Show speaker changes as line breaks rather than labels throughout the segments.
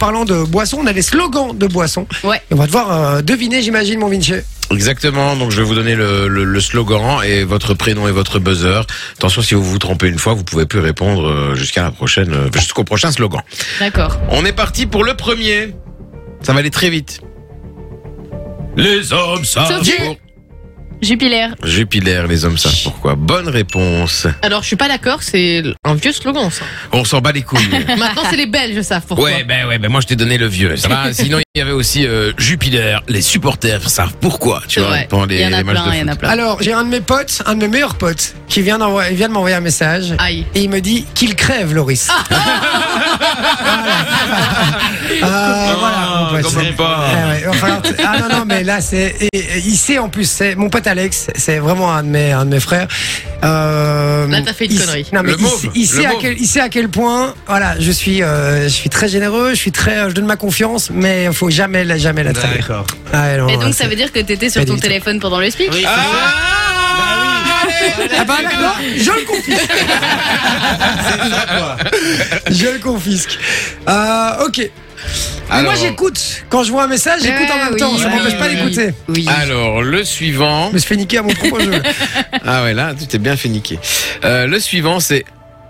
Parlant de boissons, on a les slogans de boissons.
Ouais.
Et On va devoir euh, deviner, j'imagine, mon Vinci.
Exactement, donc je vais vous donner le, le- le slogan et votre prénom et votre buzzer. Attention, si vous vous trompez une fois, vous pouvez plus répondre euh, jusqu'à la prochaine, euh, jusqu'au prochain slogan.
D'accord.
On est parti pour le premier. Ça va aller très vite. Les hommes savent.
Sophie. Jupiler.
pour- Jupiler, les hommes savent pourquoi. Bonne réponse.
Alors, je suis pas d'accord, c'est un vieux slogan, ça.
On s'en bat les couilles.
Maintenant, c'est les Belges, savent pourquoi.
Ouais, ben ouais, ben moi je t'ai donné le vieux. Ça va Sinon il y avait aussi euh, Jupiler. Les supporters savent pourquoi. Tu
C'est
vois,
vrai.
pendant les,
il y en a
les matchs
plein,
de
il y en a
foot.
plein.
Alors, j'ai un de mes potes, un de mes meilleurs potes, qui vient, d'envoyer- il vient de m'envoyer un message.
Aïe.
Et il me dit qu'il crève, Loris. Voilà. Euh, voilà, mon pote.
quand même pas.
Ah, ouais, enfin, t- ah non, non, mais là, c'est. et- et Il sait en plus, c'est mon pote Alex, c'est vraiment un de mes, un de mes frères. Euh,
Là, t'as fait une
il-
connerie.
non, mais
Le
il,
mauve,
il sait
le
à
mauve.
quel, il sait à quel point, voilà, je suis, euh, je suis très généreux, je suis très, je donne ma confiance, mais il faut jamais, la- jamais la trahir.
D'accord.
Ah, non,
Et
ouais,
donc ça
c'est-
veut dire que t'étais sur
Pas
ton
du tout.
téléphone pendant le speak
Oui,
Ah, allez,
Ah bah d'accord, je le confisque.
c'est ça, quoi.
Je le confisque. Euh, ok. Mais
Alors-
Ah,
moi j'écoute. Quand je vois un message, j'écoute
Ouais,
en même
Eh oui,
temps. ça
oui,
m'empêche
oui,
pas
oui.
d'écouter.
Oui.
Ah.
Alors le suivant.
Je me suis fait niquer à mon propre jeu.
Ah ouais, là, tu t'es bien fait niquer. Euh, le suivant, c'est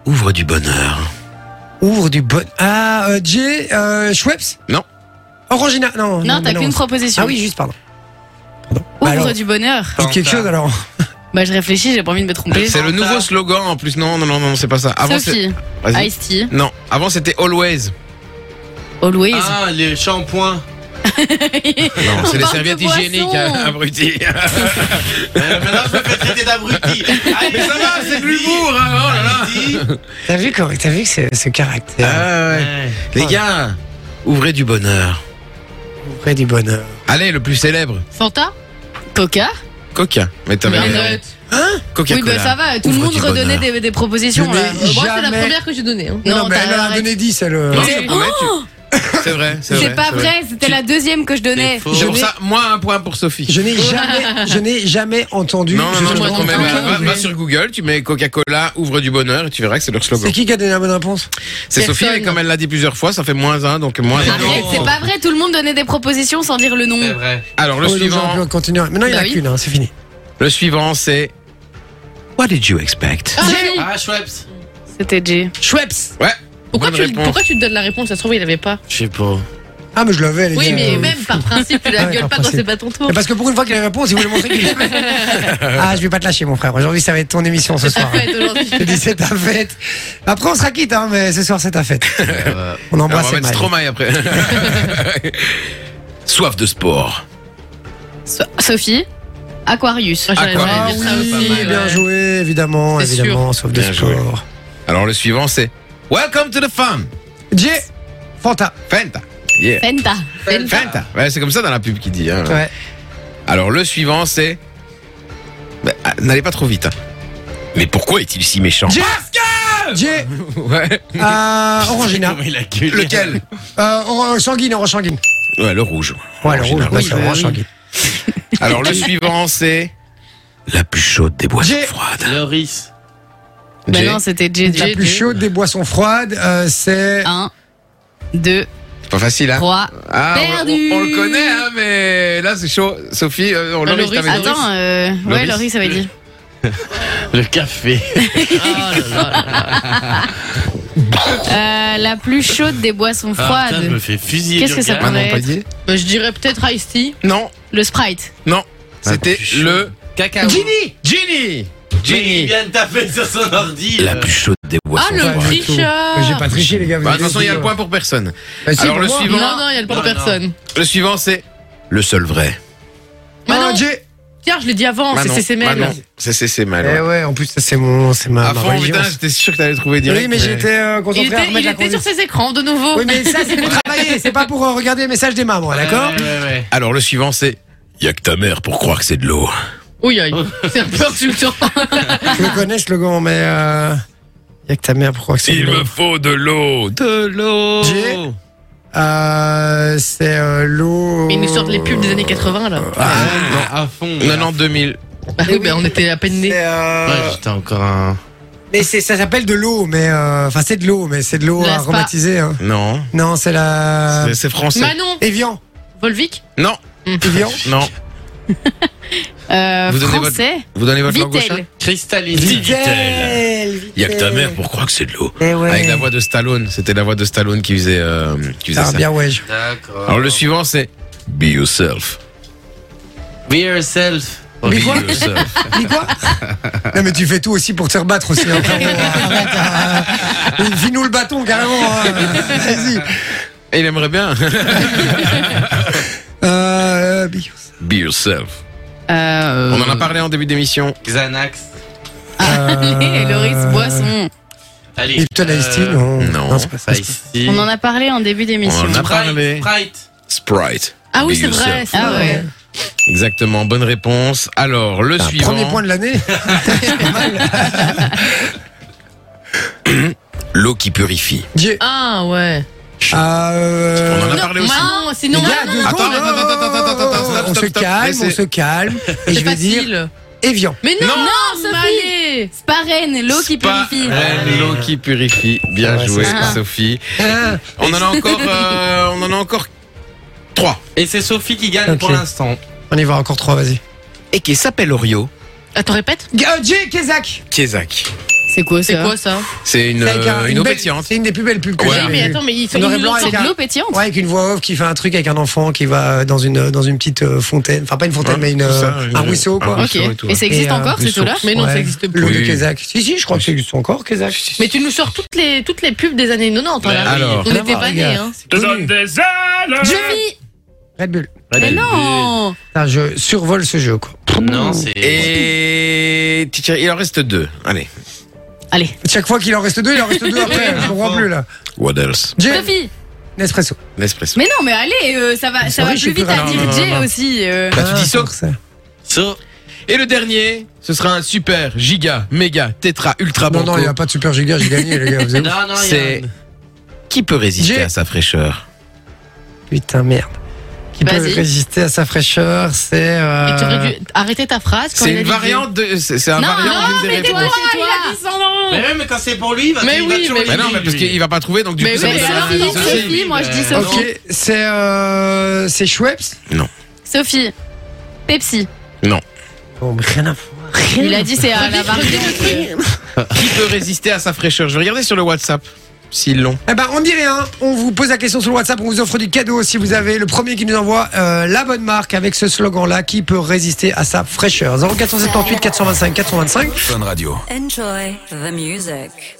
Ouvre du bonheur.
Ouvre du bon. Ah, euh, Jay, euh, Schweppes
Non.
Orangina Non.
Non,
mais
t'as qu'une proposition.
Ah oui, juste, pardon. Pardon. Bah
Ouvre
alors,
du bonheur.
dites quelque chose alors.
Bah je réfléchis, j'ai pas envie de me tromper.
C'est le nouveau slogan en plus. Non, non, non, non, c'est pas ça.
Ah,
Avant, c'est-
Sophie,
Vas-y.
Ice Tea,
Non, avant c'était Always.
Always.
Ah, les shampoings.
Non, c'est les
parle de
serviettes
boisson.
hygiéniques, hein, abruti.
Euh, Maintenant, je me fais traiter d'abruti. Allez, ça va, c'est de l'humour. Oh
hein,
T'as vu, quand- t'as vu que c'est ce
oh là
caractère
là. Ah ouais. Les gars, ouvrez du bonheur.
Ouvrez du bonheur.
Allez, le plus célèbre,
Fanta
Coca. Euh,
Coca. Mais t'as
Mais
raison.
arrête.
Oui,
Coca-Cola.
bah ça va, tout le
Ouvre
monde
du
redonnait
bonheur.
des, des propositions
Je
là.
n'ai-
Euh, Moi, c'est la
Jamais.
première que j'ai donnée. hein.
Non,
mais
t'as-
elle en a
arrête.
donné 10, elle. euh,
Non,
Mais-
c'est vrai, tu- C'est vrai, c'est vrai.
Oh C'est pas
c'est
vrai, c'était la deuxième que je donnais.
C'est faux.
C'est
Je
pour
n'ai-
ça, moi, un point pour Sophie.
Je n'ai jamais, je n'ai jamais entendu.
Non, non, non, je
justement,
te promets.
aucun
Va, va-
jeu.
va sur Google, tu mets Coca-Cola, ouvre du bonheur et tu verras que c'est leur slogan.
C'est qui qui a donné la bonne réponse
C'est Sophie, mais
Personne.
comme elle l'a dit plusieurs fois, ça fait moins un, donc moins un.
Arrête,
Non.
c'est pas vrai, tout le monde donnait des propositions sans dire le nom.
C'est vrai.
Alors, le
Oh, donc j'aurais pu
suivant,
en continuer. Maintenant, il n'y en a
Bah oui.
qu'une, hein, c'est fini.
le suivant, c'est. What did you expect?
Ah, oui,
Ah, Schweppes.
C'était J.
Schweppes
Ouais.
Pourquoi
bonne
tu,
réponse.
pourquoi tu te donnes la réponse Ça se trouve, il avait pas.
Je sais pas.
Ah, mais je l'avais, elle est
Oui,
bien,
mais
euh,
même par principe, tu la
Ouais,
gueules
par
pas quand
principe. Eh ben,
c'est pas ton tour.
Mais parce que pour une fois qu'il a la réponse, il voulait montrer qu'il l'avait. Ah, je vais pas te lâcher, mon frère. Aujourd'hui, ça va être ton émission ce soir.
Ouais, d'aujourd'hui.
Je dis, c'est ta fête. Après, on sera quitte, hein, mais ce soir, c'est ta fête. On
Alors,
embrasse
Euh, on va mettre
Emmaël.
Stromae après. Soif de sport.
So- Sophie, Aquarius.
Ah, j'allais- j'allais
Ah
Aquarius.
dire ça aussi,
oui,
ouais.
bien joué, évidemment,
C'est
évidemment, sauf de
Bien
sport.
joué. Alors, le suivant, c'est Welcome to the fun.
Jay, Fanta.
Fanta. Yeah.
Fenta. Fenta.
Fanta. Ouais, c'est comme ça dans la pub qui dit. hein.
Ouais.
Alors, le suivant, c'est. Bah, ah, N'allez pas trop vite. hein. Mais pourquoi est-il si méchant?
Jay, Jay,
Ouais.
euh, Orangina.
Comment il a gueulé.
Lequel?
Euh, or- sanguine, orange sanguine.
Ouais, le rouge.
Ouais, le
Orangina,
rouge, ouais, c'est
oui,
orange
oui.
sanguine.
Alors le suivant c'est la plus chaude des boissons
J'ai-
froides.
Loris.
Bah
Jay.
non, c'était J.
La
Jay,
plus
Jay.
chaude des boissons froides, euh, c'est.
Ah
1, 2,
C'est Pas facile hein.
3.
Ah, on-
Perdu.
On, on le connaît hein, mais là c'est chaud. Sophie, euh, on
Ah,
Laurie,
Laurie,
t'avais dit.
Attends, euh... ouais,
Loris.
Laurie, ça avait dit.
Le café. Ah
Euh, la plus chaude des boissons
Ah, putain, je me
froides.
fais fusiller.
Qu'est-ce
du
que ça
regard.
Ah, non,
Ouais.
pas dit.
Bah, Je dirais peut-être Ice Tea.
Non,
Le Sprite.
non. C'était
plus chaude.
le
Cacao.
Ginny.
Mais il
Ginny.
vient de taper sur son ordi.
La
euh.
plus chaude des boissons
Ah, le
froides.
Ouais, du tout. Mais J'ai
tricheur
pas triché, les gars. vous
Bah, de
avez
toute façon, il y a
dit, euh,
le point pour personne.
Bah, si,
Alors,
pour
le
moi.
suivant.
Non, non, il y a le point
Non,
de
non.
personne.
Le suivant c'est le seul vrai.
Bah
Ah,
non.
Jay.
Tiens, je l'ai dit avant, c'est
Manon,
CCML.
Manon. C'est c'est c'est mal.
Eh
ouais.
ouais, en plus, ça, c'est mon, c'est ma,
À
ma
fond,
religion.
putain, j'étais sûr que t'allais trouver direct.
Oui, mais j'étais euh, concentré
Il
à
était,
remettre
il
la
était sur
conduite.
ses écrans, de nouveau.
Oui, mais ça, c'est pour travailler, c'est pas pour euh, regarder les messages des mamans, d'accord
Ouais, ouais, ouais.
Alors le suivant c'est y a que ta mère pour croire que c'est de l'eau.
Oui, oui. C'est un peu insultant.
Je le connais, ce logo, mais euh, y a que ta mère pour croire que c'est
Il
le
me
nom.
faut de l'eau, de l'eau.
Jay. Euh, c'est euh, l'eau.
Mais ils nous sortent les pubs des années 80, là.
Ah,
non, à fond.
non, non, 2000.
Bah oui, bah on était à peine nés.
C'est, euh,
Ouais, j'étais encore un.
Mais c'est- ça s'appelle de l'eau, mais euh, enfin c'est de l'eau, mais c'est de l'eau
La spa.
aromatisée. hein.
Non.
Non, c'est la
C'est- C'est français.
Manon
Evian.
Volvic
Non.
Evian.
Non.
Euh,
Vous donnez votre-
français.
Vous donnez votre langue au chat
Vitel.
Cristalline.
Vitel.
Il y a que
Euh,
ta mère pour croire que c'est de l'eau.
Eh ouais.
Avec la voix de Stallone. C'était la voix de Stallone qui faisait, euh, qui faisait
Ah,
ça.
bien ouais.
D'accord.
Alors le suivant c'est Be Yourself.
Be yourself.
Be
quoi
Yourself.
Dis quoi Non mais tu fais tout aussi pour te rebattre aussi. hein, frérot. Arrête, hein. Il vit nous le bâton carrément. hein. Vas-y.
Et il aimerait bien.
Euh,
Be Yourself.
Euh,
On en a parlé en début d'émission.
Xanax.
Allez, Loris Boisson.
Allez.
Lipton Ice Tea,
euh,
non.
Euh, non,
c'est pas ça.
pas ici.
On en a parlé en début d'émission.
On en a parlé.
Sprite. Sprite.
Sprite.
Ah oui,
Be
c'est vrai.
yourself.
c'est
Ah
vrai.
ouais.
Exactement. Bonne réponse. Alors le
Ah,
suivant.
Premier point de l'année.
L'eau qui purifie.
J'ai-
Ah ouais.
Euh,
On en a
Non,
parlé aussi.
Manon, sinon
Les gars,
Manon,
deux
Attends,
secondes,
attends,
oh,
attends, attends,
oh,
attends,
oh,
attends,
on
stop,
se
stop,
calme,
laissez.
on se calme. Et
c'est
je vais
facile.
dire Evian.
Mais non,
Non,
non,
Sophie.
Mané.
Sparren, l'eau qui purifie.
Sparren, L'eau qui purifie. Bien
Ouais,
joué,
c'est
ça.
Sophie.
Hein
On en a encore. euh, on en a encore trois.
Et c'est Sophie qui gagne
Ok.
pour l'instant.
on y va encore trois, vas-y.
Et qui s'appelle Orio.
Attends, répète.
oh,
G- euh, Jay Kezak.
Kezak.
C'est quoi
C'est
ça
quoi ça
C'est une,
C'est avec un-
euh, une eau
belle-
pétillante.
C'est une des plus belles pubs que
Ouais.
j'ai
Oui, mais
vues.
attends, mais ils sont
Noir et
ils
blanc
l'ont-
avec
C'est de l'eau pétillante
Ouais, avec une voix off qui fait un truc avec un enfant qui va dans une euh, dans une petite euh, fontaine, enfin pas une fontaine
Ouais,
mais une
c'est
euh,
ça, une-
un ruisseau quoi.
un
Ok.
ruisseau et tout,
Et ça existe
Et, euh,
encore,
une
cette eau-là
source.
Mais non,
Ouais.
ça existe plus.
L'eau de
Oui.
Kezak. Si si, je crois que ça existe encore Kezak.
Mais tu nous sors toutes les, toutes les pubs des années 90. hein, là.
Alors.
on
Ça
n'était
va,
pas
les
nés.
gars,
Hein.
c'est connu.
Jimmy
Red Bull.
Mais non
Putain, je survole ce jeu quoi.
Non, c'est.
Et Teacher, il en reste deux. Allez.
Allez,
Chaque fois qu'il en reste deux, il en reste deux après. Je comprends plus là.
What else?
Jay
Sophie
Nespresso.
Nespresso.
Mais non, mais allez, euh, ça va, ça
vrai,
va
je
plus
suis
vite
plus
à
rare.
dire
Non, non,
Jay
non.
aussi. euh.
Bah, tu dis ça.
Ah, ça.
So.
Et le dernier, ce sera un super giga méga tétra ultra
Non,
banco.
non, il n'y a pas de super giga, j'ai gagné, les gars. Vous êtes-
Non, non, il y a-
C'est- Qui peut résister
J'ai-
à sa fraîcheur
Putain, merde. Qui peut
Vas-y.
résister à sa fraîcheur, c'est. euh,
Et tu aurais dû arrêter ta phrase quand
C'est
il a
une
dit
variante de c'est c'est un
Non,
variant
non,
d'une des
mais tais-toi,
réponses.
il a dit son nom.
Mais même quand c'est pour lui, il va
Mais
il va
oui,
toujours
mais-
lui,
Mais Bah non, mais
lui.
parce qu'il va pas trouver donc du
Mais
coup ça
oui,
va
mais
être-
alors,
Sophie,
Sophie,
Sophie, moi je dis
euh,
Sophie.
Ok, c'est. euh, C'est Schweppes
Sophie, Pepsi.
Bon, mais rien à voir.
Il a dit c'est à la
Sophie,
barre.
Sophie,
Qui peut résister à sa fraîcheur Je vais regarder sur le WhatsApp s'ils l'ont.
Eh ben, on dit rien. On vous pose la question sur le WhatsApp. On vous offre du cadeau si vous avez le premier qui nous envoie euh, la bonne marque avec ce slogan-là qui peut résister à sa fraîcheur. 0478 425 425.
Enjoy the music.